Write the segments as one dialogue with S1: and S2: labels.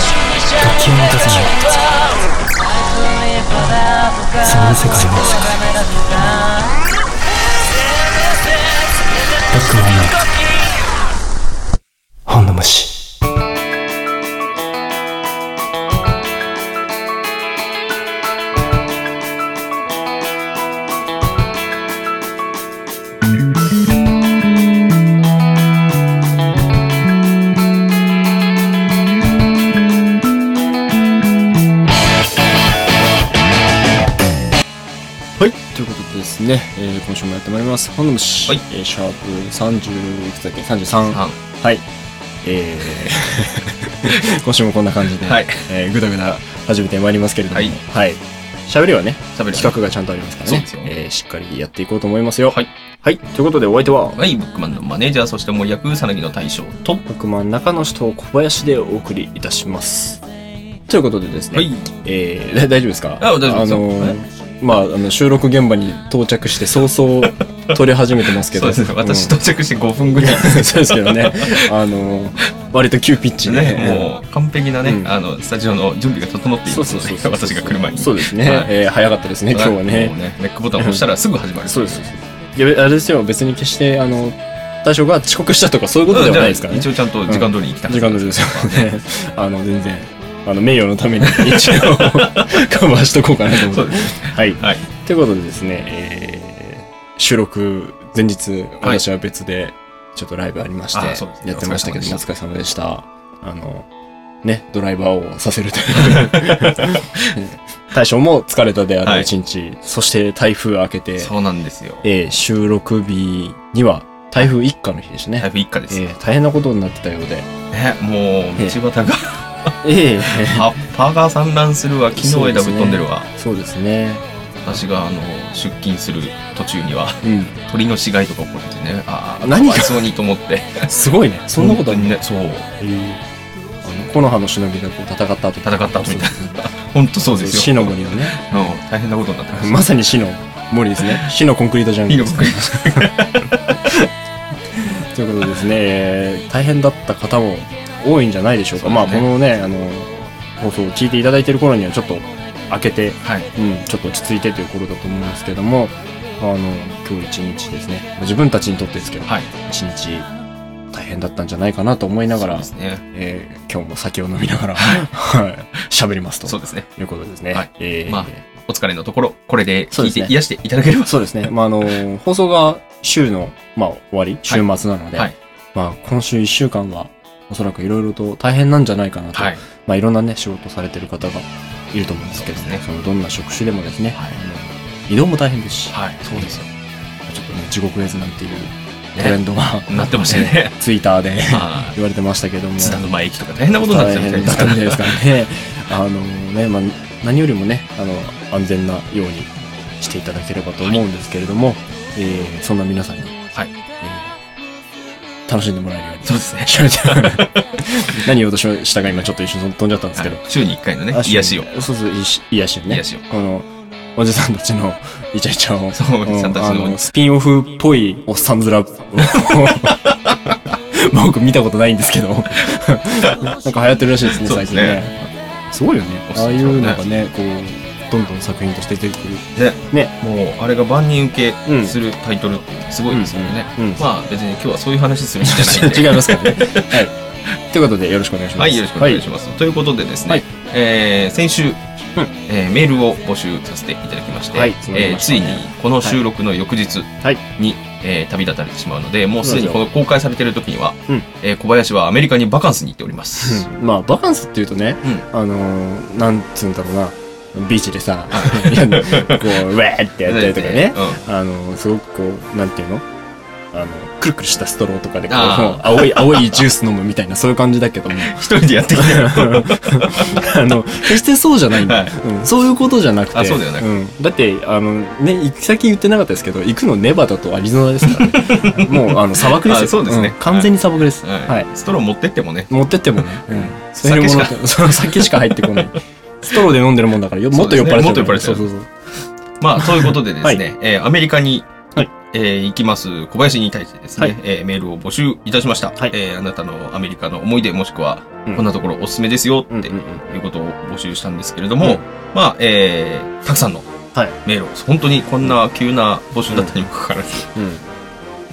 S1: 気を抜かせないそんな世界をバックマンの本の虫
S2: はい、ということでですね、えー今週もやってまいります。本の虫、
S3: はい
S2: えーシャープ30、いくつだっけ ?33。
S3: は
S2: はい。えー、 今週もこんな感じで、
S3: はい
S2: えーぐだぐだ始めてまいりますけれども、
S3: はい
S2: はい。喋りはね、
S3: 喋る
S2: 企画がちゃんとありますからね
S3: そう、ですよ
S2: えーしっかりやっていこうと思いますよ。
S3: はい。
S2: はい、ということでお相手は、
S3: はい、ブックマンのマネージャー、そして森役、さなぎの大将と。
S2: 僕真ん中の人を小林でお送りいたします。ということでですね、
S3: はい。
S2: えー、だ大丈夫ですか
S3: あ大丈夫ですよ
S2: のーまあ、あの、収録現場に到着して早々撮り始めてますけ
S3: そう
S2: ど。
S3: ですね。私
S2: と。
S3: 到着して5分ぐらい。
S2: そうですけどね。あのー割と急ピッチで。
S3: ね、もう完璧なね、
S2: うん
S3: あのスタジオの準備が整っていますので、私が来る前に。
S2: そうですね、
S3: はい
S2: えー早かったですね、今日は
S3: も
S2: ね
S3: う。ね、ネックボタンを押したらすぐ始まる。
S2: そうです。そうですいや、あれですよ、別に決して、あの、大将が遅刻したとかそういうことではないですからね
S3: 一。応ちゃんと時間通りに来た、
S2: 時間通りですよね。あの、全然、あの、名誉のために一応 カバーしとこうかなと思
S3: そ
S2: っ
S3: う
S2: て
S3: で。す。
S2: はい。
S3: はい。
S2: ということでですね、えー収録前日、私は別で、ちょっとライブありまして、
S3: あそうですね
S2: やってましたけど、お
S3: お
S2: 疲
S3: 疲
S2: れ様でした。あの、ね、ドライバーをさせるとい う。大将も疲れたであ
S3: は
S2: る
S3: い
S2: 一日、そして台風明けて、
S3: そうなんですよ。
S2: えー収録日には台風一過の日でしたね。
S3: 台風一過です
S2: え
S3: よ。
S2: ー大変なことになってたようで。
S3: ね、も
S2: ええ
S3: う道端が、
S2: ええ
S3: 葉っぱが散乱するわ、木の枝ぶっ飛んでるわ。
S2: そうですね。
S3: 私があの出勤する途中には
S2: うん。
S3: 鳥の死骸とか起こってね、ああ、
S2: 何が
S3: かわいそうにと思って。
S2: すごいね。そんなことある
S3: 本当に
S2: ね。
S3: ね、そう。
S2: えーあの、木の葉の忍びがこう戦った後
S3: 戦った後
S2: そ
S3: みたいな
S2: うそうそう
S3: 本当そうですよ。
S2: 死の森のね。
S3: うん、大変なことになってます。
S2: まさに死の森ですね。死のコンクリートジャン
S3: いい
S2: グ
S3: の
S2: ル。
S3: 僕
S2: ということでですね、えー大変だった方も多いんじゃないでしょうか。まあ、
S3: そう
S2: こ
S3: ですね
S2: のね、あの、放送を聞いていただいている頃にはちょっと開けて、
S3: はい。
S2: うん、ちょっと落ち着いてという頃だと思うんですけども、あの、今日一日ですね、自分たちにとってですけど、
S3: はい。
S2: 一日大変だったんじゃないかなと思いながら、
S3: そうですね。
S2: えー今日も酒を飲みながら、 はい、喋りますと。
S3: そうですね。
S2: いうことですね。
S3: はい
S2: えー
S3: まお疲れのところ、これで
S2: そうで
S3: 聞い
S2: す
S3: て
S2: ね
S3: 癒していただければ。
S2: そうですね。まあ、あの、放送が週の、まあ、終わり、週末なので、
S3: はい
S2: まあ、今週1週間は、おそらくいろいろと大変なんじゃないかなと、
S3: はい。
S2: まあ、いろんなね、仕事されてる方がいると思うんですけど
S3: そう
S2: ね、
S3: です
S2: そ
S3: ね
S2: のどんな職種でもですね、
S3: はい
S2: 移動も大変ですし、
S3: はい。そうですよ。
S2: ちょっとね、地獄絵図なんていうトレンドが、
S3: なってましたよね。
S2: ツイッターで
S3: まあ、
S2: 言われてましたけども、
S3: 津田沼駅とか大変なことになってたみたいですか
S2: 大
S3: ら
S2: 変だったみたいですからね。あのね、まあ、何よりもね、あの、安全なようにしていただければと思うんですけれども、えーそんな皆さんに、
S3: はい
S2: えー楽しんでもらえるように。
S3: そうですね。
S2: 喋って何言おうとししたか今ちょっと一瞬飛んじゃったんですけど。
S3: はい週に1回のね
S2: あ、
S3: 癒しを。。
S2: そうそう、癒し癒しをね。
S3: 癒しを
S2: この、おじさんたちのイチャイチャを。
S3: そう、おじさんたち
S2: うんあ
S3: の。
S2: スピンオフっぽいおっさん面を 僕見たことないんですけどなんか流行ってるらしいですね
S3: そう
S2: 最
S3: です
S2: 近ね
S3: ね
S2: すごいよね
S3: おっ
S2: あ
S3: さん
S2: あ
S3: 面
S2: い
S3: ね
S2: うのがねこうどんどん作品として出てくる
S3: ね、
S2: ね
S3: もう、あれが万人受
S2: うん
S3: けするタイトル、すごいですよね。
S2: うんうんうん
S3: まあ、別に今日はそういう話するんじゃないんで。
S2: 違いますからねはいということでよろしくお願いします
S3: はい、よろしくお願いします。ということでですね、
S2: はい
S3: えー先週、えーメールを募集させていただきまして、
S2: はい
S3: えーついにこの収録の翌日
S2: はい
S3: に、えー旅立たれてしまうので、もうすでに
S2: そう
S3: こ
S2: な
S3: の公開されている時には、
S2: うん
S3: えー小林はアメリカにバカンスに行っております。
S2: うんまあバカンスっていうとね、あのーなんつうんだろうなビーチでさい やこうウェーってやったりとかね
S3: うん
S2: あの、すごくこう、なんていうのあの、くるくるしたストローとかでこう、
S3: あー
S2: もう青い、青いジュース飲むみたいな、そういう感じだけど も。
S3: 一人でやっ てきたよ。
S2: あの、決してそうじゃないんだ、
S3: はい
S2: うんそういうことじゃなくて。
S3: あそうだよね
S2: んだって、あの、ね、行き先言ってなかったですけど、行くのネバダとアリゾナですから ね。もう、あの、砂漠ですよ。
S3: あそうですね
S2: ん完全に砂漠です。はい。
S3: はいストロー持ってってもね、
S2: 持ってってもね、うん。そういうもの って、そう酒しか入ってこない。ストローで飲んでるもんだからよ、もっと酔っ払っちゃう。
S3: そうですねもっと酔っ払っちゃう
S2: そうそうそう。
S3: まあ、そういうことでですね、えーアメリカに
S2: はい
S3: えー、いきます小林に対してですね、
S2: はい
S3: えーメールを募集いたしました、
S2: はい
S3: えーあなたのアメリカの思い出もしくは、
S2: うん
S3: こんなところおすすめですよって、
S2: うんうんうん
S3: いうことを募集したんですけれども、
S2: うん
S3: まあ、えー、たくさんの
S2: はい
S3: メールを、本当にこんな急な募集だったにもかかわらず、
S2: うん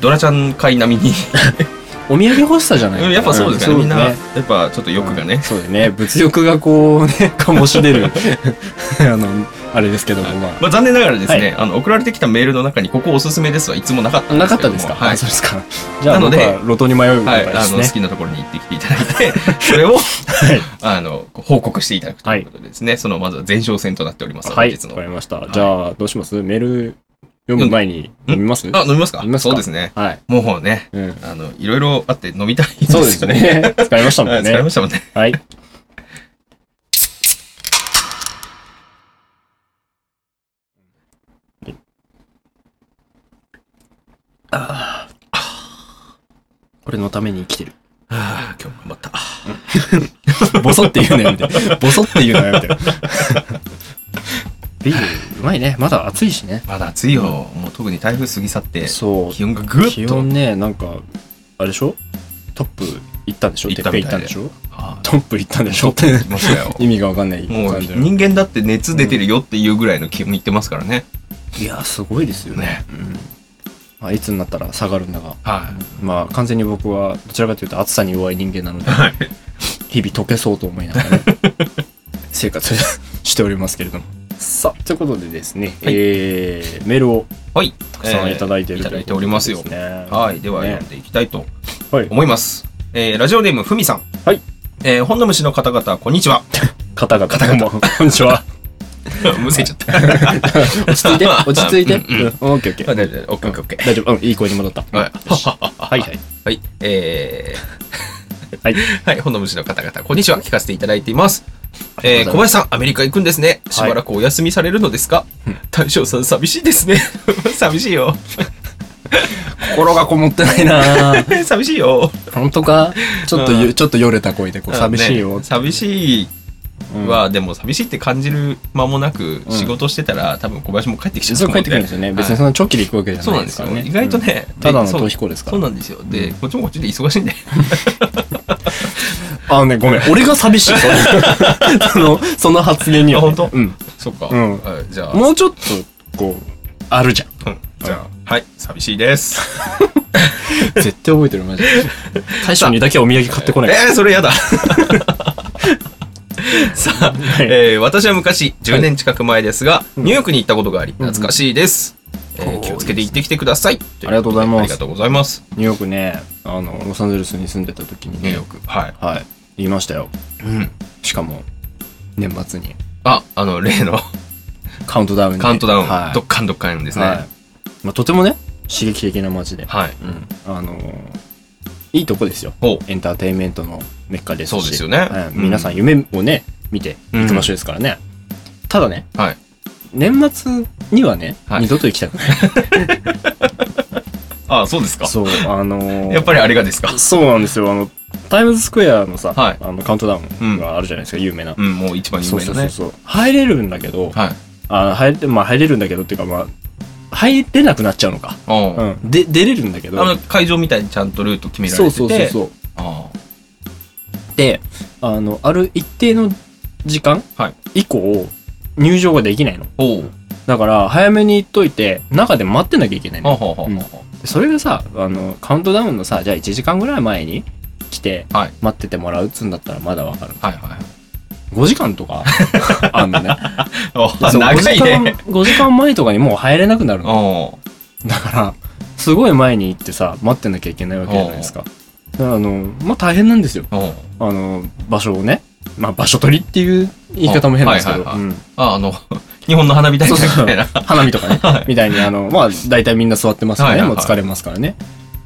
S3: ドラちゃん会並みに、
S2: お土産欲しさじゃないかな
S3: やっぱそうですかね、
S2: ん
S3: みんな、
S2: そう
S3: や
S2: ですね
S3: っぱちょっと欲が
S2: う
S3: ね
S2: ん、そうですね物欲がこ うね醸し出るあのあれですけどもま
S3: まあ残念ながらです
S2: は
S3: ね、
S2: い
S3: あの、送られてきたメールの中に、ここおすすめですはいつもなかった
S2: あ
S3: んで
S2: なか
S3: す
S2: っ
S3: け
S2: た
S3: ど
S2: ん
S3: も
S2: ですか
S3: は
S2: あ
S3: い。
S2: そうですかじゃあ
S3: なの
S2: 僕
S3: で
S2: は路頭に迷うみ
S3: は
S2: たい
S3: い、
S2: で
S3: あ
S2: す
S3: の、好
S2: ね
S3: きなところに行ってきていただいて、 それを、
S2: はい
S3: あの、こう報告していただくということでですね、その、まずは前哨戦となっております、
S2: はい
S3: 本日
S2: わ
S3: の
S2: かりましたじゃあどうしますメール読む前に読みます
S3: あ、飲みますか
S2: 飲みますか
S3: そうですね。
S2: はい
S3: もうね、
S2: うん
S3: あの、いろいろあって飲みたいんです
S2: そうです
S3: よね。
S2: ね 使いましたも
S3: はい
S2: ん
S3: 疲れ
S2: ね
S3: ましたもんね。
S2: はい俺のために生きてる。
S3: はあ今日も頑張った。
S2: ボソって言うのや めて。ボソって言うのやめて。 ビール、うまいね。まだ暑いしね。
S3: まだ暑いよ。もう特に台風過ぎ去って、
S2: そう。
S3: 気温がぐっ
S2: 気
S3: と
S2: 温。ね、なんか、あれでしょトップ行ったんでしょ
S3: 行
S2: て
S3: っ
S2: っぺ
S3: た
S2: ん
S3: み
S2: 行ったた
S3: い
S2: ん
S3: で
S2: でしょ
S3: あ
S2: トップ行ったんでしょっ
S3: あ
S2: て。
S3: 来。ましたよ
S2: 意味がわかん ない
S3: もう
S2: 感じの
S3: 人間だって熱出てるよっていうぐらいの気温いってますからね。
S2: いや、すごいですよね。
S3: ね。
S2: うんまあ、いつになったら下がるんだが、
S3: は
S2: まあ、完全に僕はどちらかというと暑さに弱い人間なので
S3: い。、はい。
S2: 日々溶けそうと思いなが らね、生活しておりますけれども。さあ、ということでですね、
S3: はい
S2: えー、メールを
S3: はい。
S2: たくさんいただいていると
S3: えーい
S2: うこ
S3: ただ
S2: とですね、
S3: いておりますよ。はい。では
S2: ね
S3: 読んでいきたいと
S2: はい。
S3: 思います。えーラジオネームふみさん。
S2: はい。
S3: えー、本の虫の方々、こん にちは。
S2: 方が方が、こんにちは。
S3: むせちゃった。
S2: 落ち着いて、落ち 着いて。
S3: う
S2: うん
S3: うん
S2: ん、オッケーオッケー。
S3: 大丈夫、オッケーオッケーオッケ
S2: 大丈夫、うん、いい声に戻った。
S3: ー。はい。
S2: はいはい。
S3: はい。えー、
S2: はい。
S3: はい、本の虫の方々、こんにちは。聞かせていただいています。え
S2: あり
S3: ー、
S2: がと
S3: 小
S2: うございま
S3: 林さん、アメリカ行くんですね。しばらくお休みされるのですか、大将さん、寂しいですね。 寂し いよ。
S2: 心がこもってないなぁ
S3: 寂しいよ。
S2: 本当かちょっと
S3: うん
S2: ゆ、ちょっとよれた声で、こう、寂しい
S3: あの
S2: よ
S3: ね。寂しい
S2: うん
S3: は、でも寂しいって感じる間もなく、
S2: うん
S3: 仕事してたら、多分小林も帰ってきちゃう
S2: 実
S3: と
S2: は
S3: 思
S2: 帰っ
S3: うん
S2: てくるんですよね。別に
S3: は
S2: そんな長期で行くわけじ
S3: い
S2: ゃ
S3: そう
S2: な
S3: ないん
S2: で
S3: ですす
S2: か
S3: よ
S2: ら。ね。
S3: 意外とね、
S2: うん。ただの
S3: そう
S2: 逃避行ですか
S3: そう
S2: ら。
S3: なんですよ。で、
S2: うん
S3: こっちもこっちで忙しいんで。
S2: あのね、ごめん。俺が寂しい。それ その、その発言にはね。
S3: あ本当
S2: うん。
S3: そっか。
S2: うん
S3: はいじゃあ、
S2: もうちょっと、こう、あるじゃん。
S3: うんじゃあ、はい、寂しいです。
S2: 絶対覚えてる、マジで。 大将にだけはお土産買ってこない。
S3: えー、そ れやだ。さあ、
S2: い
S3: えー私は昔10年近く前ですが、ニューヨークに行ったことがあり
S2: ん
S3: 懐かしいです、えー
S2: おー
S3: 気をつけて行ってきてくださいあ
S2: ありがとうございます
S3: ありがとうございます
S2: ニューヨークね、あの、ロサンゼルスに住んでた時に
S3: ニュー
S2: ね
S3: ヨ、ークはい、
S2: はい、言いましたよ。
S3: うん、
S2: しかも、年末に、
S3: ああの例の
S2: カウントダウンに
S3: カウントダウン、
S2: はい
S3: ドッカンドッカンですね
S2: は
S3: はい
S2: まあ、とてもね、刺激的な街で
S3: い、、
S2: うん、あのーいいとこですよ。
S3: お
S2: エンターテインメントのメッカですし。
S3: そうですよね
S2: はい
S3: うん
S2: 皆さん夢をね、見て
S3: うん
S2: 行く場所ですからね。ただね、
S3: はい
S2: 年末にはね、
S3: はい
S2: 二度と行きたくない。
S3: あそうですか
S2: そう、あのー
S3: やっぱりあれがですか
S2: そうなんですよ。あの、タイムズスクエアのさ、
S3: はい
S2: あのカウントダウンがあるじゃないですか、有名な。
S3: うんもう一番有
S2: そう
S3: 名
S2: そ
S3: な
S2: うそう
S3: ね
S2: そう。入れるんだけど、
S3: はい
S2: あ入れて、まあ入れるんだけどっていうか、まあ、入れなくなっちゃうのか。
S3: おう
S2: うん。で、出れるんだけど
S3: あ、の会場みたいにちゃんとルート決められて
S2: そう
S3: て
S2: そうそうそうう。
S3: あ
S2: で、あの、ある一定の時間
S3: はい
S2: 以降、入場ができないの。
S3: ーおう
S2: だから、早めに行っといて、中で待ってなきゃいけない
S3: は
S2: の。
S3: あはあはあは
S2: でそれがさ、あの、カウントダウンのさ、じゃあ1時間ぐらい前に来て、
S3: あはい
S2: 待っててもらうっつうんだったらまだわかる。
S3: はいはい
S2: 5時間と か、あんのね。
S3: お
S2: そう
S3: 長い
S2: 5
S3: ね
S2: 時間、5時間前とかにもう入れなくなるの。
S3: おう
S2: だから、すごい前に行ってさ、待ってなきゃいけないわけじゃないですか。だからあの、まあ、大変なんですよ。
S3: おう
S2: あの、場所をね。まあ、場所取りっていう言い方も変なんですけど、
S3: あはいはい
S2: うん
S3: あ、あの、 日本の花火大
S2: そう
S3: 会
S2: そう
S3: み
S2: そう
S3: たいな。
S2: 花見と かね、みたいに、あの、まあ、大体みんな座ってますからね、
S3: はいはいはい
S2: もう疲れますからね。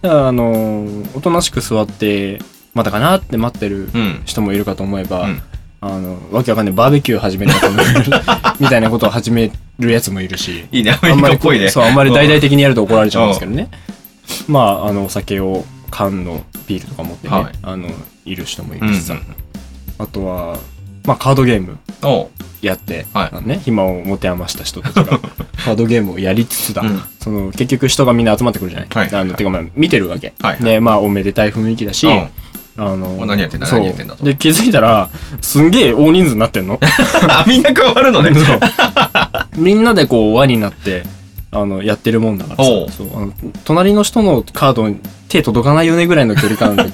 S2: だからあの、おとなしく座って、まだかなって待ってる
S3: うん。
S2: 人もいるかと思えば、
S3: うん
S2: あの、わけわかんない、バーベキュー始めたと思う みたいなことを始めるやつもいるし、
S3: いいね、アメ
S2: あん
S3: リ
S2: ま
S3: カっ
S2: りこ
S3: ぽいね。
S2: う、そう、あんまり大々的にやると怒られちゃうんですけどね。まあ、あの、お酒を、缶のビールとか持ってね、
S3: はい
S2: あの、いる人もい
S3: うん。
S2: る
S3: う
S2: しさ、
S3: ん
S2: あとは、まあカードゲーム
S3: おう
S2: やって、
S3: はい
S2: あのね、暇を持て余した人たちが カードゲームをやりつつだ、
S3: うん
S2: その結局人がみんな集まってくるじゃない、
S3: はい
S2: あのてかまあ見てるわけ、
S3: はいはい
S2: でまあおめでたい雰囲気だし、
S3: うん
S2: あの
S3: お何やってんだ
S2: そう
S3: 何やってんだと
S2: で気づいたらすんげえ大人数になってん の
S3: あみんな加わるのね。
S2: そうみんなでこう輪になってあのやってるもんだから
S3: おう
S2: さそうあの隣の人のカードに手届かないよねぐらいの距離感で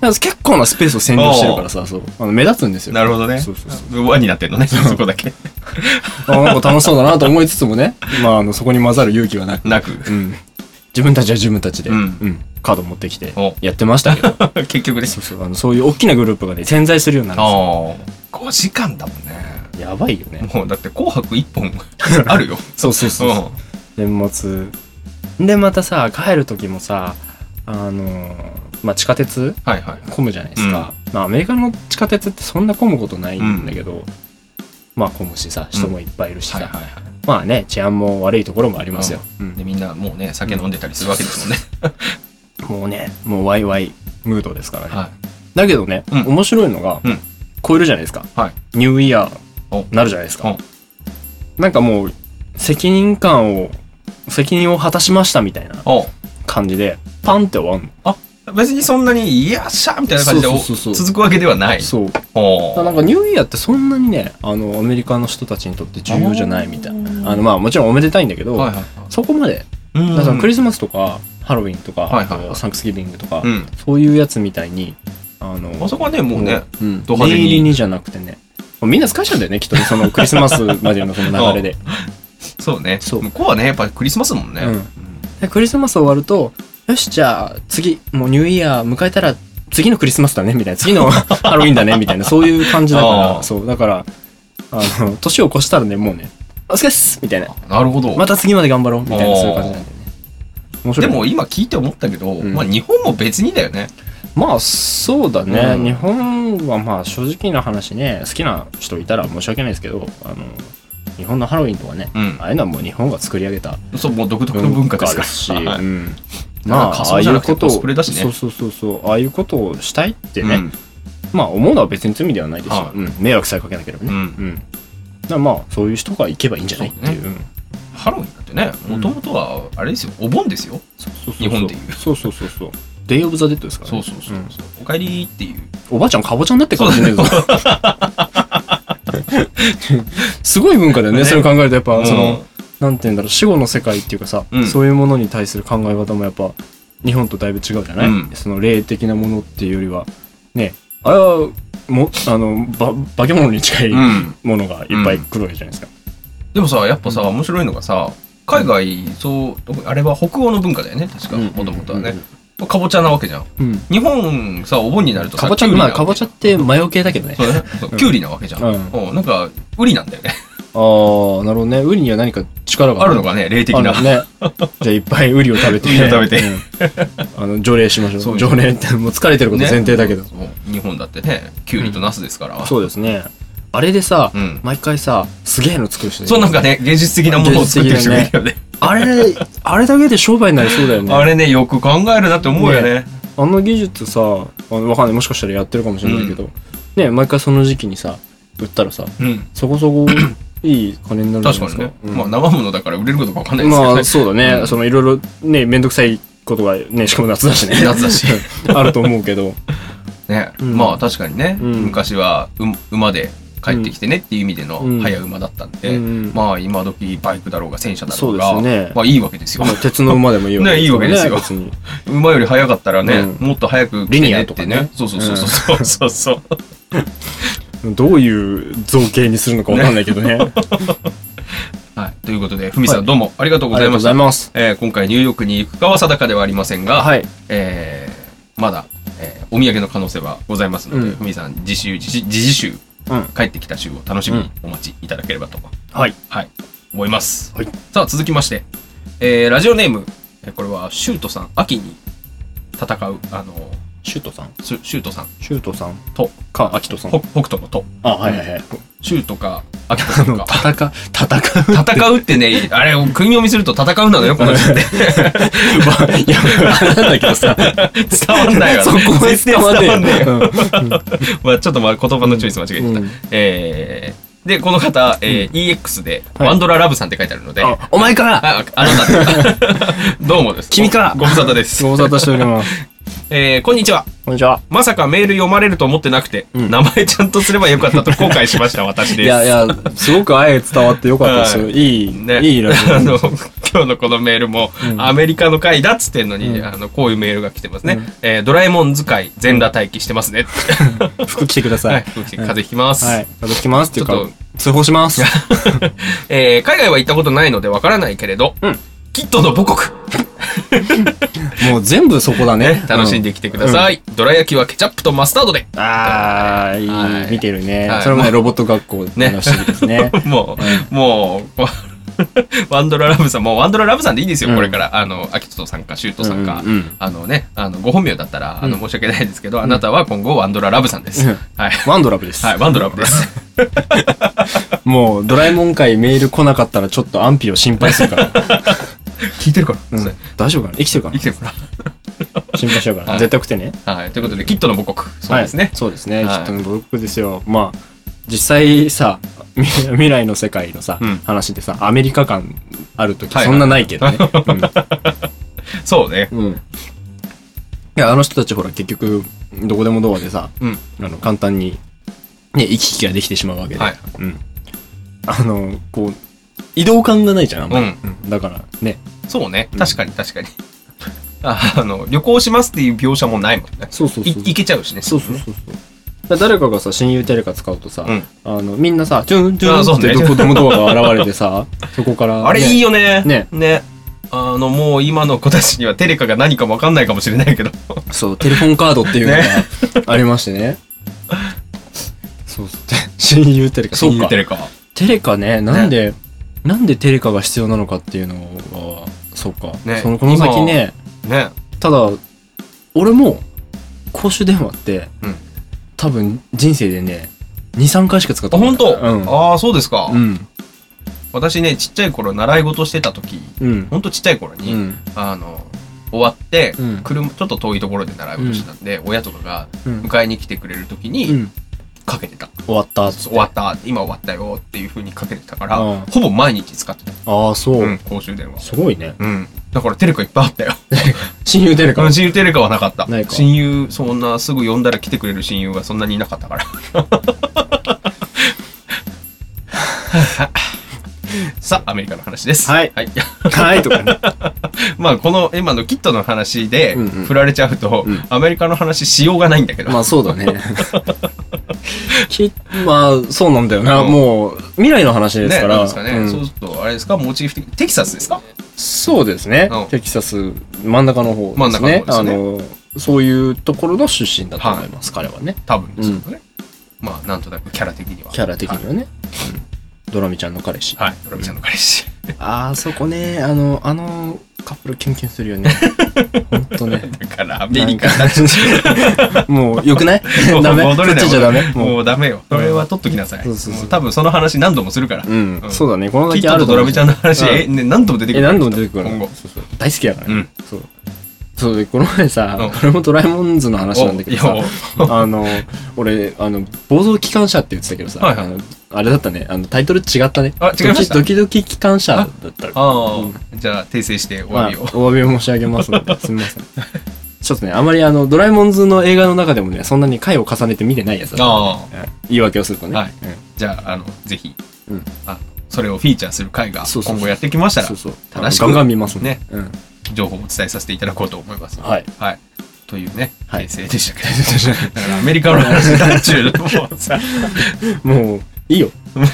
S2: だから結構なスペースを占領してるからさそうあの目立つんですよ
S3: なるほどね。
S2: そうそうそう
S3: 輪になってんのね、そこだけ。
S2: あなんか楽しそうだなと思いつつもね、まあ、あのそこに混ざる勇気はなく、
S3: なく。
S2: うん、自分たちは自分たちで、
S3: う
S2: うんんカード持ってきて
S3: お
S2: やってましたけど
S3: 結局で
S2: そ
S3: す
S2: う。そうあのそういう大きなグループがね点在するようになるんで
S3: ああ。5時間だもんね。
S2: すよやばいよね
S3: もうだって紅白1本 あるよ。
S2: そうそうそうそう年末でまたさ帰る時もさあのーまあ、地下鉄
S3: うんはいはい。
S2: 混むじゃないですか、まあ、アメリカの地下鉄ってそんな混むことないんだけど、まあ混むしさ人もいっぱいいるしさ、
S3: はいはいは
S2: まあね治安も悪いところもありますよ、うん
S3: い。で、みんなもうね、酒飲んでたりするわけですもんね。
S2: もうね、もうワイワイムードですからね。
S3: は
S2: だけどね、
S3: うん
S2: 面白いのが、
S3: うん
S2: 超えるじゃないですか。
S3: はい
S2: ニューイヤ
S3: お
S2: ーなるじゃないですか
S3: お。。
S2: なんかもう、責任感を、責任を果たしましたみたいない
S3: おう
S2: 感じで、パンって終わんの。
S3: 別にそんなに、よっしゃーみたいな感じでお
S2: そうそうそうそう
S3: 続くわけではない。
S2: そう。だか
S3: お
S2: ら
S3: う
S2: なんかニューイヤーってそんなにね、あの、アメリカの人たちにとって重要じゃないみたいな。あの、まあもちろんおめでたいんだけど、
S3: はいはいはい。
S2: そこまで、
S3: うん
S2: だからクリスマスとか、ハロウィンとか、
S3: はいはいはい
S2: あとサンクスギビングとか、
S3: うん。
S2: そういうやつみたいに、あの、
S3: あそこはね、もうね、
S2: うん、
S3: ド
S2: 念
S3: 派手に
S2: 入りにじゃなくてねみんな疲れちゃうんだよねきっとねそ のクリスマスまでのその流れで
S3: そうね。
S2: そう
S3: 向こうはね、やっぱりクリスマスもんね。
S2: うんでクリスマス終わるとよしじゃあ次もうニューイヤー迎えたら次のクリスマスだねみたいな次の ハロウィンだねみたいなそういう感じだか
S3: あー
S2: らそうだからあの年を越したらねもうね「お疲れっす!」みたいな
S3: なるほど。
S2: 「また次まで頑張ろう」みたいなそういう感じなんだよね面白
S3: で
S2: いね
S3: も今聞いて思ったけど、
S2: ん
S3: まあ日本も別にだよね。
S2: まあそうだね、
S3: うん
S2: 日本はまあ正直な話ね好きな人いたら申し訳ないですけどあの日本のハロウィンとかね、
S3: うん
S2: ああいうのはもう日本が作り上げた
S3: そう、もう独特の文化ですから。
S2: し、
S3: はい
S2: うん
S3: だから
S2: まあ
S3: 仮
S2: ああ
S3: 装
S2: い
S3: じゃな
S2: う
S3: くて
S2: ことを
S3: コスプレだしね
S2: そうそうそうそうああいうことをしたいってね、
S3: うん
S2: まあ思うのは別に罪ではないですよ、
S3: はい
S2: うん迷惑さえかけなければね、
S3: う
S2: うんだからまあそういう人が行けばいいんじゃないっていう、うん
S3: ハロウィンだってね、もともとは、あれですよ、お盆ですよ。
S2: そうそうそうそう
S3: 日本でいう
S2: そうそうそうそうデイオブザ・デッドですから、
S3: そ
S2: ね、
S3: うそうそう。
S2: ん
S3: お帰りっていう。
S2: おばあちゃんかぼちゃになってるかもしれないけど すごい文化だよね
S3: ね
S2: それを考えるとやっぱ、そ
S3: うん
S2: のなんて言うんだろう死後の世界っていうかさ、
S3: うん
S2: そういうものに対する考え方もやっぱ日本とだいぶ違うじゃない、
S3: うん
S2: その霊的なものっていうよりはねあれはもあのば化け物に近い
S3: うん
S2: ものがいっぱい来るわけじゃないですか、
S3: でもさ、やっぱさ、面白いのがさ、海外、そう、特にあれは北欧の文化だよね、確か、
S2: うん
S3: もともとはね。かぼちゃなわけじゃん。
S2: うん
S3: 日本さ、お盆になるとさ、
S2: かぼちゃ
S3: きゅうり
S2: ま
S3: な
S2: あかぼちゃってマヨ系だけどね
S3: そうだね そうきゅうりなわけじゃん。
S2: うん
S3: うんなんか、ウリなんだよね。
S2: ああなるほどねウリには何か力が
S3: あるのがね、霊的な。
S2: あのね。じゃあいっぱいウリを食べて。
S3: ウリを食べて
S2: うんあの、除霊しまし
S3: そ
S2: ょ
S3: う
S2: う。除霊って、もう疲れてること前提だけど
S3: ね。そう日本だってね、きゅうりとナスですから。
S2: そうですね。あれでさ
S3: うん、
S2: 毎回さ、すげえの作る人いる
S3: そうなんかね、芸術的なものを作ってる人がいるよね。
S2: あれ、あれだけで商売になりそうだよね。
S3: あれね、よく考えるなって思うよね。
S2: あの技術さ、あのわかんない。もしかしたらやってるかもしれないけど、ね、毎回その時期にさ、売ったらさ、
S3: うん。
S2: そこそ こいい金になる
S3: 確
S2: じゃ
S3: か
S2: ない
S3: に
S2: で
S3: ね
S2: す。か。
S3: まあ、
S2: うん
S3: 生ものだから売れることかわかんないですけど
S2: ま
S3: ね
S2: あ、。そうだ
S3: う
S2: ね。
S3: ん
S2: そのいろいろね、めんどくさいことがね、しかも夏だしね。
S3: 夏だし。
S2: あると思うけ ど。
S3: ね、
S2: うん
S3: まあ確かにね、
S2: うん
S3: 昔はう馬で帰ってきてねっていう意味での
S2: うん
S3: 早馬だったんで、
S2: うん
S3: まあ今時バイクだろうが戦車だろ
S2: そううで
S3: が
S2: すね
S3: まあいいわけですよ
S2: まあ、鉄の馬でもいいわけ
S3: ねいいわけですよ
S2: 別に
S3: 馬より早かったらね、
S2: う
S3: もっと早く来て
S2: リニ
S3: ね
S2: ア
S3: って
S2: とか
S3: ね
S2: ね
S3: そうそうそうそうそうそうそう
S2: どういう造形にするのかわかんないけど ね。
S3: はいということでふみさん、
S2: はい
S3: どうもありがとうございました
S2: ます。
S3: えー今回ニューヨークに行くかは定かではありませんが、
S2: はい。
S3: えーまだ、えーお土産の可能性はございますので、
S2: うん
S3: ふみさん自習自自自習
S2: うん。
S3: 帰ってきた週を楽しみにお待ちいただければと
S2: はい。
S3: はい、思います。
S2: はい
S3: さあ、続きまして、えーラジオネーム、えーこれはシュートさん、秋に戦う、あの、
S2: シュートさん
S3: シュシュートさん
S2: シュートさん
S3: と、
S2: か、アキトさん。
S3: ほ北斗のと、
S2: あ、はいはいはい。
S3: シュートか、アキ ト
S2: あ
S3: さん
S2: の、戦
S3: か。
S2: う、戦う。
S3: 戦うってね、あれ、訓読みすると戦うなのよ、この人って。
S2: まあ、 いや、 なんだけどさ、
S3: 伝わんないわ。
S2: そこは
S3: 絶対
S2: 伝わんねえよ
S3: えよ。まあちょっとまあ言葉のチョイス間違えてた。
S2: うん
S3: えー、で、この方、えー EX で、
S2: はい
S3: ワンドララブさんって書いてあるので、あ、
S2: あ、お前か
S3: ああなた だ。どうもです。
S2: 君か
S3: ご無沙汰です。
S2: ご無沙汰しております。
S3: えー、こんにちは。
S2: こんにちは。
S3: まさかメール読まれると思ってなくて、
S2: うん
S3: 名前ちゃんとすればよ かったと後悔しました、私で
S2: い
S3: す。
S2: やいや、すごくあえ伝わってよかったですよ。
S3: はい
S2: い、
S3: ね、
S2: いいラジオ
S3: あの、 今日のこのメールも、
S2: うん
S3: アメリカの回だっつってんのに、
S2: うん
S3: あの、こういうメールが来てますね。
S2: うん
S3: えードラえもん使い、全裸待機して ますね。
S2: 服着てくださ
S3: はいい。。風邪ひきます。
S2: はい。いただきますっていう
S3: ち
S2: か
S3: ょっと、
S2: 通報します。
S3: えー海外は行ったことないのでわからないけれど、
S2: うん
S3: キットの母国、
S2: もう全部そこだね
S3: ね。、楽しんできてくださ
S2: い。
S3: い。どら焼きはケチャップとマスタードで。
S2: あ
S3: は
S2: ー、い
S3: い
S2: い、見てるね
S3: はい。
S2: それもね、ロボット学校の話ですね。
S3: もう、もう、 ワンドララブさん、もうワンドララブさんでいいですよ、
S2: うん
S3: これから。あの、アキトトさんか、シュートさんか
S2: うんうんうん。
S3: あのね、あの、ご本名だったら、あの、
S2: うん
S3: 申し訳ないですけど、あなたは今後ワンドララブさんです。
S2: うん
S3: はい。
S2: ワンドラブです。
S3: はい、ワンドラブです。
S2: もう、ドラえもん会メール来なかったらちょっと安否を心配するから。
S3: 聞いてるか
S2: うん
S3: 生
S2: 大丈夫かな生きて るかな
S3: きてるか
S2: 心配しようか
S3: はい
S2: な。絶対食ってね。
S3: ら。はい、ということで、キットの母国。そうですね
S2: はい。そうですね。
S3: はい
S2: きっとね、僕ですよ。まあ、実際さ、 み未来の世界のさ、
S3: うん
S2: 話でさ、アメリカ感あるとき
S3: はいはい
S2: そんなないけどね。
S3: そうね。
S2: うん。うんいや、あの人たちほら、結局、どこでもドアでさ、
S3: うん。
S2: あの、簡単に、ね、行き来ができてしまうわけで。
S3: はい
S2: うん。あの、こう、移動感がないじゃん、あんまり。
S3: うん
S2: だから、ね。
S3: そうね。確かに、確かに。ああの、旅行しますっていう描写もないもんね。
S2: そうそう
S3: い
S2: そう。
S3: 行けちゃうしね。
S2: そうそうそうそう。だから誰かがさ、親友テレカ使うとさ、
S3: うん
S2: あの、みんなさ、チュンチュ
S3: あそ
S2: ン
S3: う
S2: って
S3: ね
S2: どこでもドアが現れて さ、そこから、
S3: あれいい
S2: よ。
S3: よね。
S2: ね
S3: あの、もう今の子たちにはテレカが何かもわかんないかもしれないけど。
S2: そう、テレフォンカードっていうのが ありましてね。そうそう。親友テレカ。そうか。
S3: テ
S2: テレ
S3: レカ。
S2: カね、なんで、なんでテレカが必要なのかっていうのは、そうか。
S3: ね
S2: そのこの先ね、
S3: ね。
S2: ただ、俺も、公衆電話って、
S3: うん
S2: 多分人生でね、2、3回しか使っ
S3: あ、
S2: た
S3: 本当、
S2: うん。
S3: ああ、そうですか、
S2: うん。
S3: 私ね、ちっちゃい頃習い事してた時、
S2: うん。
S3: ほんとちっちゃい頃に、
S2: うん。
S3: あの、終わって、
S2: うん
S3: 車、ちょっと遠いところで習い事してたんで、親とかが
S2: うん
S3: 迎えに来てくれる時
S2: う
S3: に
S2: ん
S3: かけてた。
S2: 終わった。
S3: 終わった、今終わったよっていう風にかけてたから、
S2: うん
S3: ほぼ毎日使ってた。
S2: ああ、そう、
S3: うん、公衆電話。
S2: すごいね。
S3: うん。だからテレカいっぱいあったよ。
S2: 親友出 るから。
S3: 親友テレカはなかった
S2: ないか
S3: 親友そんなすぐ呼んだら来てくれる親友がそんなにいなかったから さあアメリカの話です
S2: はい
S3: はい、
S2: はい、とかね。
S3: まあこの今のキットの話で
S2: うんうん
S3: 振られちゃうと、
S2: うん
S3: アメリカの話しようがないんだけど、
S2: まあ、そうだね。きまあ、そうなんだよな。
S3: うん
S2: もう、未来の話
S3: ね
S2: ですか
S3: なん
S2: ら。
S3: ですかね、
S2: うん
S3: そうするとあれですかモチーフ的テキサスですか
S2: そうですね
S3: うん。
S2: テキサス、真ん中の方
S3: 真ん
S2: で
S3: 中
S2: す
S3: の
S2: ね。
S3: 方
S2: あ
S3: です
S2: の、そういうところの出身だと思います、彼はね。
S3: 多分ですけどね、まあなんとなくキャラ的には
S2: キャラ的にはね。うんドラミちゃんの彼氏。
S3: はいドラミちゃんの彼氏、
S2: あーそこね、あの、あのカップルキュンキュンするよね。ほんとね。
S3: だからアメリカ
S2: なんか もう、よくない ダメ
S3: 戻
S2: そ
S3: れ
S2: っ
S3: ない
S2: ちじゃダメもう
S3: もうダメよ。それは取っときなさい。
S2: そうそうそう
S3: も多分その話何度もするから。
S2: うん
S3: う、ん
S2: そうだね。この
S3: キ
S2: 先
S3: ッ
S2: あ
S3: トと
S2: る
S3: ドラミちゃんの話、
S2: うん
S3: え、ね、何度も出てく
S2: え、
S3: る。
S2: 何度も出てくる
S3: 今後。
S2: そうそう大好きだからね。
S3: うん
S2: そう。そう、この前さ、
S3: うん
S2: これもドラえもん図の話なんだけど
S3: おい
S2: さ
S3: や、
S2: あの、俺、あの、暴走機関車って言ってたけどさ、
S3: はいはい
S2: あのあれだったね、あの、タイトル違ったね。
S3: あ違いました
S2: ドキドキドキ機関車だった。
S3: あ あ、じゃあ訂正して終
S2: まあ、
S3: わ
S2: お
S3: りを。
S2: 詫びを申し上げます ので、すみません。ちょっとね、あまりあの、ドラえもん図の映画の中でもね、そんなに回を重ねて見てないやつだった
S3: あ
S2: ね、うん言い訳をするとね。
S3: はい
S2: うん
S3: じゃあ、あの、ぜひ、
S2: うん
S3: あそれをフィーチャーする回が
S2: そうそうそう
S3: 今後やってきましたら
S2: そう、そう。あの
S3: 正しく
S2: ガンガン見ますね
S3: ね。
S2: うん。
S3: 情報をお伝えさせていただこうと思います。
S2: はい。
S3: はい。というね、
S2: はい
S3: 訂正でした けど。だからアメリカの話だっちゅうのもうさ、
S2: もう、いいよ。
S3: もう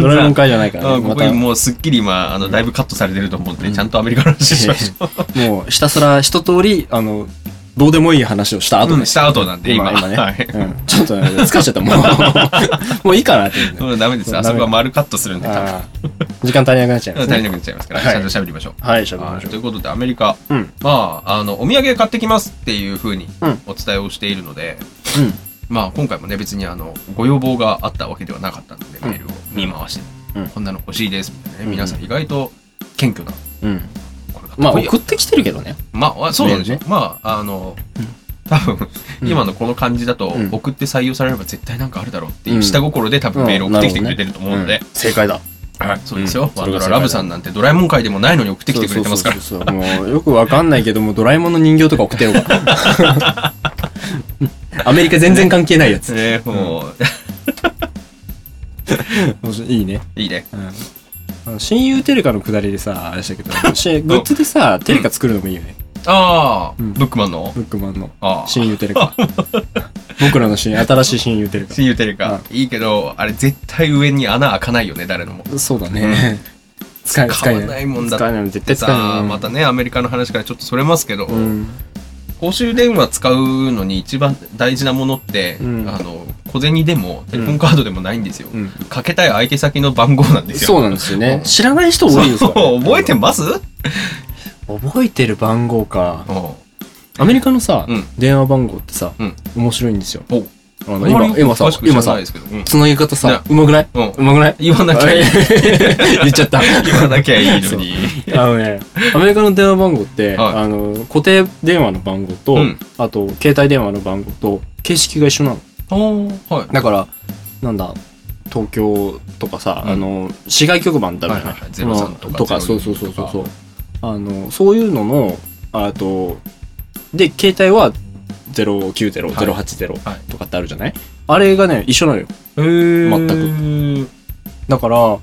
S2: ドラえもん
S3: 々。
S2: 会じゃないから
S3: あ
S2: ね。
S3: ここにもうすっきり今、あの、だいぶカットされてると思うんで、ちゃんとアメリカの話しましょう。
S2: もうひたすら一通りあのどうでもいい話をした後
S3: うん
S2: で
S3: し
S2: す。
S3: た後なんで、今。
S2: 今、今ね、
S3: はい。
S2: うん。ちょっとね疲れちゃった。もう、もういいかなっていうね、
S3: それダメですよ。あ
S2: ダメ
S3: そこは丸カットするんで、多分
S2: あー時間足りなくなっちゃいま
S3: 足
S2: す、ね。
S3: りなくなっちゃいますから、
S2: はい
S3: ちゃんと喋りましょう。
S2: はい、しゃべり
S3: は
S2: ま
S3: い
S2: しょ。
S3: といううことで、アメリカ、
S2: うん。
S3: まあ、あの、お土産買ってきますっていうふうに
S2: うん
S3: お伝えをしているので、
S2: うん。
S3: まあ、今回もね、別にあの、ご要望があったわけではなかったので、
S2: ん
S3: メールを見回して、
S2: うん
S3: こんなの欲しいです、みたいなね。
S2: うん
S3: 皆さん意外と謙虚な、
S2: うん。
S3: これが
S2: まあ、
S3: 得意よ
S2: 送ってきてるけどね。
S3: まあ、そうなんですよ。
S2: メ
S3: まあ、あの、多分、
S2: うん
S3: 今のこの感じだと、
S2: うん
S3: 送って採用されれば絶対なんかあるだろうっていううん下心で多分メール送ってきてくれてると思うので
S2: ん、正解だ。
S3: はい、そうですよ。
S2: うん
S3: ワンドララブさんなんてドラえもん界でもないのに送ってきてくれてますから。
S2: そうそうそうそうもうよくわかんないけども、ドラえもんの人形とか送 ってようか。アメリカ全然関係ないやつ。
S3: ねもう、
S2: いいね。
S3: いいね。
S2: あの親友テレカのくだりでさ、あれした けど、しグッズでさ、テレカ作るのもいいよね。
S3: ああ、
S2: うん
S3: ブックマンの
S2: ブックマンの
S3: ああ、
S2: 親友テレカ。僕らの親友、新しい親友テレ
S3: 親友テレカ。いいけど、あれ絶対上に穴開かないよね、誰のも。
S2: カ。そうだね。使え、使
S3: 買
S2: え
S3: わないもんだ
S2: 使え
S3: っ
S2: ないもん絶
S3: て
S2: 対使えない
S3: さ
S2: もん。
S3: またね、アメリカの話からちょっとそれますけど、
S2: うん。
S3: 公衆電話使うのに一番大事なものって、
S2: うん
S3: あの、小銭でも、テレフォンカードでもないんですよ。
S2: うん
S3: かけたい相手先の番号なんですよ。
S2: そうなんですよね。知らない人多いですから
S3: そう
S2: ね。
S3: 覚えてます
S2: 覚えてる番号か。
S3: お
S2: アメリカのさ、
S3: うん
S2: 電話番号ってさ、
S3: うん
S2: 面白いんですよ。
S3: お
S2: あの今、今さ、今さ、
S3: ですけど、うん
S2: つなぎ方さ、
S3: ね
S2: うまくない
S3: うん
S2: うまくない
S3: 言わなきゃいい。
S2: 言っちゃった。
S3: 言わなきゃいいのに。
S2: あのね、アメリカの電話番号って、
S3: はい
S2: あの、固定電話の番号と、
S3: うん
S2: あと、携帯電話の番号と、形式が一緒なの。
S3: おーはい。
S2: だから、なんだ、東京とかさ、
S3: うん
S2: あの、市外局番だろう
S3: はいはいはい
S2: その
S3: 03とか
S2: とか、
S3: 02
S2: そうそうそうそうそう。あの、そういうのの、あと、で、携帯は090、
S3: はい
S2: 080
S3: はい
S2: とかってあるじゃない、あれがね、一緒なのよ。
S3: 全く。
S2: だから、あ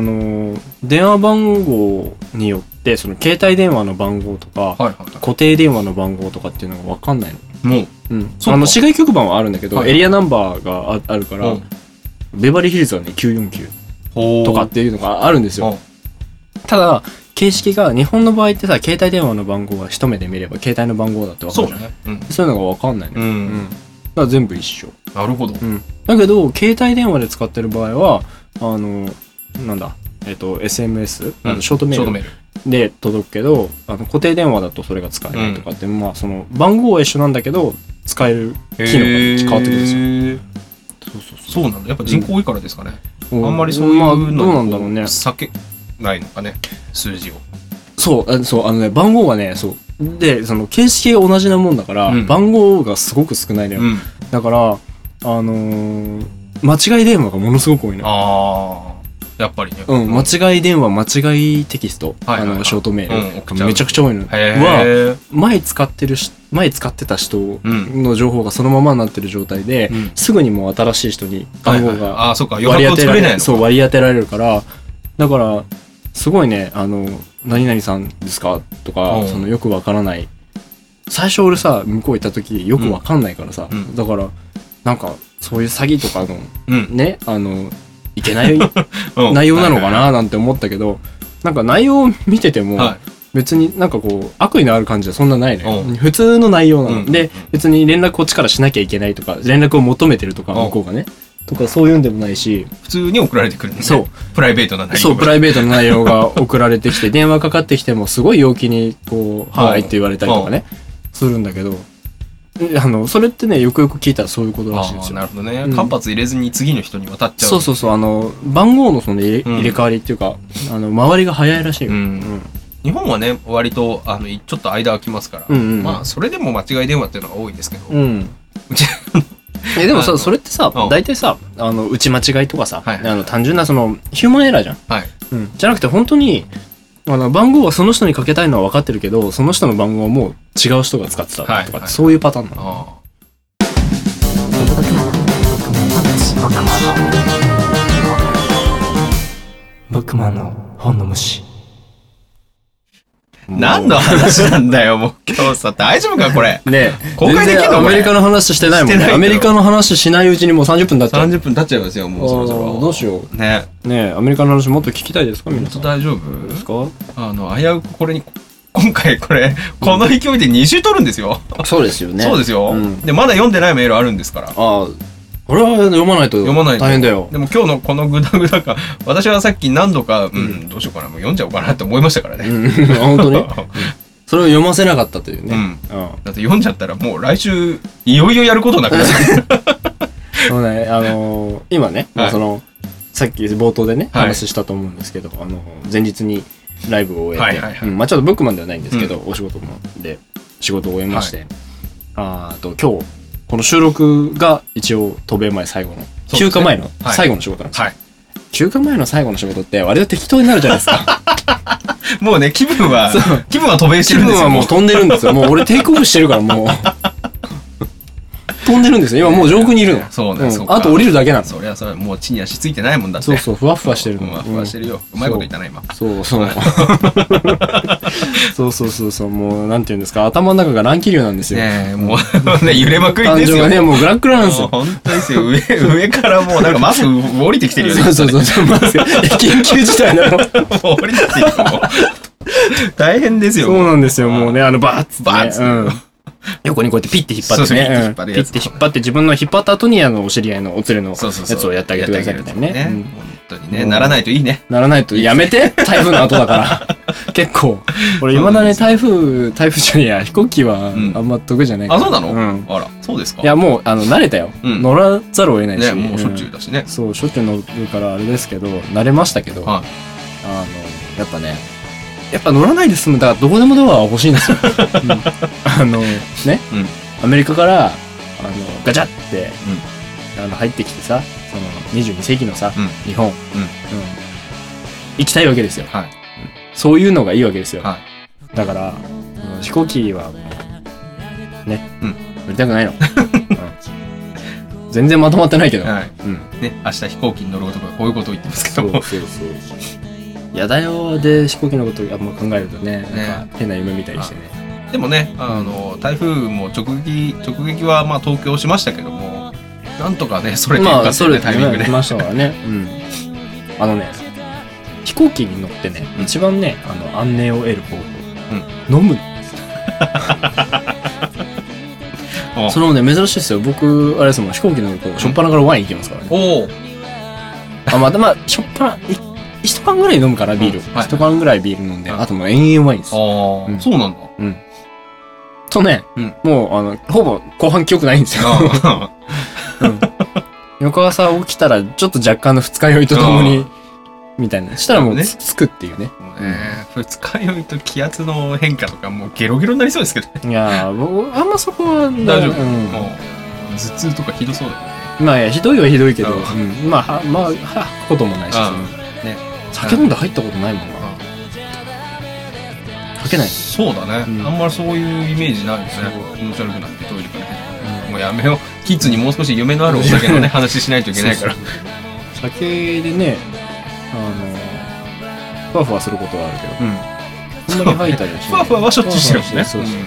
S2: の、電話番号によって、その携帯電話の番号とか、
S3: はいはいは
S2: 固定電話の番号とかっていうのが分かんないの。
S3: い。もう、
S2: うん。
S3: そうか
S2: あの、市外局番はあるんだけど、
S3: はいはい
S2: エリアナンバーがああるから、
S3: うん
S2: ベバリーヒルズはね、949。
S3: ほー
S2: とかっていうのがあるんですよ。ただ、形式が、日本の場合ってさ、携帯電話の番号は一目で見れば、携帯の番号だって
S3: あ
S2: わか
S3: そう
S2: るじゃん。
S3: ね。うん。
S2: そういうのがわかんないの
S3: う
S2: よ。
S3: ん
S2: だから全部一緒。
S3: なるほど。
S2: だけど、携帯電話で使ってる場合は、あの、なんだ、えっと、SMS、あ
S3: うん
S2: のショートメ
S3: ショー
S2: ー
S3: ト
S2: ル
S3: メール。
S2: で届くけど、あの固定電話だとそれが使えないとかって、まあ、その、番号は一緒なんだけど、使える機能が変わってくるんですよ。
S3: よ。
S2: そうそうそ
S3: そうなんだ。やっぱ人口多いからですかね。
S2: う
S3: あんまりそういうの
S2: まあ、どうなんだろうね。
S3: 避けないのかね。数字を。
S2: そう、あそう、あのね、番号がね、そう。で、その、形式が同じなもんだから、
S3: うん
S2: 番号がすごく少ないのよ。
S3: うん。
S2: だから、あのー間違い電話がものすごく多いの。
S3: あー。やっぱりね。
S2: うん、間違い電話、間違いテキスト、
S3: はいはいはい
S2: あの、ショートメ
S3: うん
S2: ール、
S3: 送っちゃう
S2: めちゃくちゃ多いの。は、
S3: へー。
S2: 前使ってるし、前使ってた人
S3: うん
S2: の情報がそのままになってる状態で、
S3: うん
S2: すぐにもう新しい人に番号
S3: はいはいはい
S2: が
S3: あー、そうか。余
S2: 割り
S3: 白
S2: 当
S3: を
S2: て
S3: 作
S2: ら
S3: れ
S2: れ
S3: ないのか。
S2: そう、割り当てられるから、だから、すごいね、あの、何々さんですかと
S3: う
S2: か、
S3: ん
S2: そのよくわからない。最初俺さ、向こう行った時よくわかんないからさ、
S3: うんうん
S2: だから、なんか、そういう詐欺とかの、
S3: うん。
S2: ね、あの、いけない
S3: うん
S2: 内容なのか
S3: は
S2: ななんて思ったけど、なんか内容を見てて
S3: い
S2: も、
S3: はい。
S2: 別になんかこう、悪意のある感じはそんなないね
S3: うん。
S2: 普通の内容な
S3: うん
S2: の。で、別に連絡こっちからしなきゃいけないとか、連絡を求めてるとか、
S3: うん
S2: 向こうがね。とかそういうんでもないし、
S3: 普通に送られてくるんで、ね、
S2: そう
S3: プライベートな内容
S2: そう、プラ
S3: イ
S2: イベートの内容が送られて きて、電話かかってきても、すごい陽気に、こう、はいって言われたりとかね、するんだけど、えあの、それってね、よくよく聞いたらそういうことらしいんですよ
S3: な。るほどね、
S2: うん
S3: 間髪入れずに次の人に渡っちゃう
S2: そうそうそう、あの、番号のその入れ
S3: うん
S2: 入れ替わりっていうか、あの、周りが早いらしいよ。
S3: う
S2: うんん。
S3: 日本はね割とあのちょっと間空きますから、
S2: うんうん
S3: まあそれでも間違い電話っていうのが多いですけど、
S2: うん
S3: ち。
S2: えでも
S3: あ
S2: さ、
S3: の
S2: それってさ
S3: うん、
S2: 大体さ、あの、打ち間違いとかさ、
S3: はいはいはい
S2: あの、単純なその、ヒューマンエラーじゃん。
S3: はい
S2: うん、じゃなくて本当にあの番号はその人にかけたいのは分かってるけどその人の番号はもう違う人が使ってたとか、
S3: はいはい
S2: そういうパターンなの
S3: ああ
S1: ブックマンの本の虫。
S3: 何の話なんだよもう今日さ大丈夫かこれ
S2: ね
S3: 公開でき
S2: 全然
S3: んのこ
S2: ア
S3: れ
S2: メリカの話してないもん
S3: してない
S2: ね
S3: よ
S2: アメリカの話しないうちにもう30分だっちゃう
S3: 30分経っちゃいますよもうそろそ
S2: あ
S3: ろ
S2: ーどうしよ
S3: うね
S2: ねアメリカの話もっと聞きたいですか皆
S3: 本
S2: さ
S3: 当
S2: んどう
S3: 大丈夫
S2: ですか
S3: あの危うくこれにこ今回これ、この勢いで2週取るんですよ。
S2: そうですよね。
S3: そうですよ、
S2: うん
S3: で、まだ読んでないメールあるんですから。
S2: ああ、これは読まないと
S3: 読まないと
S2: 大変だ よ。
S3: でも今日のこのグダグダ感、私はさっき何度か、うん、どうしようかな、もう読んじゃおうかなって思いましたから
S2: う
S3: ね。
S2: ん、本当に
S3: だ
S2: それを読ませなかったというね。
S3: うん
S2: うん
S3: って読んじゃったらもう来週、いよいよやることなくなる。
S2: そうね、あのー今ね、まあ
S3: はい
S2: その、さっき冒頭でね、
S3: はい
S2: 話したと思うんですけど、あの、前日にライブを終えて、
S3: はいはいはい
S2: うんまあちょっとブックマンではないんですけど、お仕事もで、仕事を終えまして、あーと、今日、この収録が一応、渡米前最後の、
S3: そうですね
S2: 休暇前の
S3: はい
S2: 最後の仕事なんですよ、
S3: はい。
S2: 休暇前の最後の仕事って、割と適当になるじゃないですか。
S3: もうね、気分は
S2: そ、
S3: 気分は飛べして
S2: 気
S3: るんで
S2: 分
S3: すよ。
S2: はもう 飛んでるんですよ。もう俺テイクオフしてるから、もう。飛んでるんですよ。今もう上空にいるの。
S3: そうね
S2: ん
S3: そうか
S2: あと降りるだけなの。
S3: そりゃそれはもう地に足ついてないもんだって。
S2: そうそう、ふわふわしてる
S3: う
S2: の。
S3: んふわしてるよ。うまいこと言ったな、今。
S2: そう そう。そうそうそうそう、もう、なんていうんですか、頭の中が乱気流なんですよ。
S3: ねえ、もう、 ね、揺れまくり
S2: 感
S3: です
S2: 情が
S3: よ。
S2: ね、もうグラックラなんです
S3: もう
S2: よ。
S3: 本当ですよ。上、上からもうなんかマスク降りてきてるよね。
S2: そうそうそう そう、マスク緊急事態なの。
S3: もう降りてきてるよ。もう 大変ですよ。
S2: そうなんですよ、もうね、あの、バーッつってね
S3: バーッつって
S2: うん横にこうやってピッて引っ張
S3: そう
S2: って
S3: そうピッて引
S2: ね
S3: っ。張
S2: うん
S3: る
S2: ピ
S3: や
S2: ッ
S3: つ
S2: て引っ張って、自分の引っ張った後に、あの、お知り合いのお連れのや
S3: そうそうそう。
S2: つをやってあげてくださいみたいなね。
S3: やってあ
S2: う
S3: げる
S2: ん
S3: やつ本当にね、ならないといいね。
S2: ならないと、やめて台風の後だ から。結構。俺、未だに台風、台風じゃねえや、飛行機はあ
S3: うん
S2: んま得意じゃないから
S3: あ、そうなの
S2: うん。
S3: あら、そうですか。
S2: いや、もう、あの、慣れたよ。
S3: うん
S2: 乗らざるを得ないし。
S3: ね、もうしょっちゅ
S2: う
S3: うんだしね。
S2: そう、しょっちゅう乗るからあれですけど、慣れましたけど、あ
S3: は
S2: の、やっぱね、やっぱ乗らないで済む、だからどこでもドアは欲しいん ですよ。うんあの、ね、
S3: うん
S2: アメリカから、あの、ガチャって、あの、入ってきてさ、その、22世紀のさ、
S3: うん
S2: 日本、うん行きたいわけですよ。
S3: はい
S2: そういうのがいいわけですよ。
S3: は
S2: だから、うん飛行機は、ね、
S3: うん
S2: 乗りたく ないの。うん全然まとまってないけ
S3: い。
S2: ど。
S3: はい。
S2: うん。
S3: ね、明日飛行機に乗る男がこういうことを言ってますけ
S2: そ
S3: ど
S2: う
S3: も。
S2: そうそう。やだよで飛行機のことあんま考えるとね、なんか変な夢見たりしてね。
S3: でもね、あの、台風も直撃、直撃はまあ東京しましたけども、なんとかね、それて
S2: ま
S3: か
S2: あ、
S3: って
S2: そ
S3: いう
S2: れ
S3: ねタイミング
S2: で
S3: ね
S2: 来。ましたからね。うん。あのね、飛行機に乗ってね、
S3: うん
S2: 一番ね、あの、安寧を得る方法。飲む。
S3: うん
S2: それもね、珍しいですよ。僕、あれですもん、飛行機乗ると、しょっぱなからワイン行きますからね。
S3: おお、
S2: あ、まあ、まあ、しょっぱな、い一缶ぐらい飲むから、ビール。
S3: うんはい
S2: 一缶ぐらいビール飲んで、あともう延々ワインです。
S3: ああ、
S2: うん
S3: そうなんだ。
S2: とね、
S3: うん
S2: もう、あの、ほぼ後半記憶ないんですよ。
S3: あ
S2: 翌朝起きたら、ちょっと若干の二日酔いととも
S3: う
S2: に、みたいな。したらもう、
S3: ね
S2: つつくっていうね。
S3: あもう ね、二日酔いと気圧の変化とか、もうゲロゲロになりそうですけどね。
S2: いやー、僕、あんまそこはね、
S3: 大丈夫。
S2: うん
S3: もう、頭痛とかひどそうだよね。
S2: まあ、いや、ひどいはひどいけど、
S3: う
S2: うんまあ、はまあ、は、こともないし、
S3: うん
S2: その
S3: ね
S2: 酒飲んで入ったことないもんな。吐けない。
S3: そうだね、
S2: うん
S3: あんまりそういうイメージないですね気持ち悪くなってトイレから出てくるもうやめようキッズにもう少し夢のあるお酒のね話しないといけないから
S2: そうそう酒でね、あの、ふわふわすることはあるけど、
S3: うん
S2: そんなに吐いたりはし
S3: ふ
S2: ない。
S3: わふわはしょっちゅうしてるもんね
S2: そうそうそう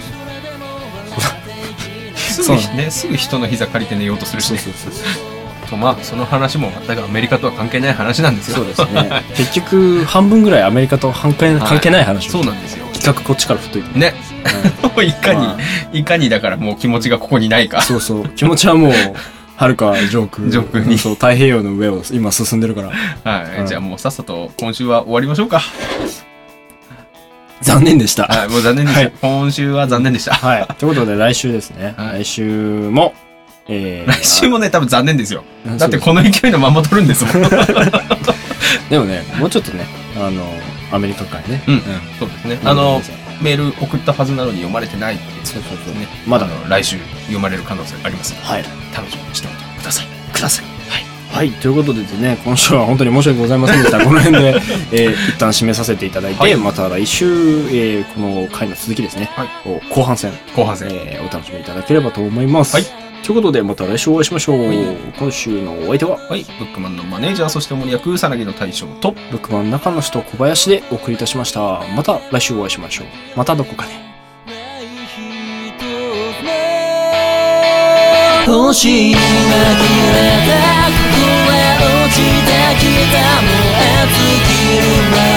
S3: うんす
S2: そう
S3: ぐねすぐ人の膝借りて寝ようとするし、
S2: そう
S3: ね、
S2: そうそう
S3: とまあその話も全くアメリカとは関係ない話なんですよ
S2: そうですね。結局、半分ぐらいアメリカと関係
S3: はい
S2: 関係ない話を。
S3: そうなんですよ
S2: 企画こっちから振っといて。
S3: ね
S2: うん
S3: いかに、
S2: ま
S3: いかにだからもう気持ちがここにないか
S2: あそうそう。気持ちはもう、はるか上空。
S3: 上空に
S2: そう、太平洋の上を今進んでるから。
S3: はい、
S2: うん
S3: じゃあもうさっさと今週は終わりましょうか
S2: 残念でした。
S3: はいもう残念でした、
S2: はい
S3: 今週は残念でした、
S2: はい。ということで、来週ですね。
S3: は
S2: 来週も、えー、
S3: 来週もね多分残念ですよ
S2: あ
S3: だって
S2: そう
S3: この勢いのまま取るん ですもん。そう
S2: ですでもね、もうちょっとね、あの、アメリカ界ね。
S3: うんですね。あの、メール送ったはずなのに読まれてないっていう
S2: そうそうそう
S3: ね。
S2: まだ
S3: あの来週読まれる可能性ありますので、
S2: はい。
S3: 楽しみにしておいてください。
S2: ください。はい。ということでですね、今週は本当に申し訳ございませんで した。この辺で、えー一旦締めさせていただいて、
S3: はい
S2: また来週、えーこの回の続きですね、
S3: はい
S2: を後半戦、
S3: 後半戦。
S2: えーお楽しみいただければと思います。
S3: はい
S2: ということで、また来週お会いしましょう。
S3: はい
S2: 今週のお相手は、
S3: はい。ブックマンのマネージャー、そして森役、さなぎの大将と、
S2: ブックマン中の人小林でお送りいたしました。また来週お会いしましょう。またどこかで。
S4: 星が切れたここへ落ちてきた燃え尽きる前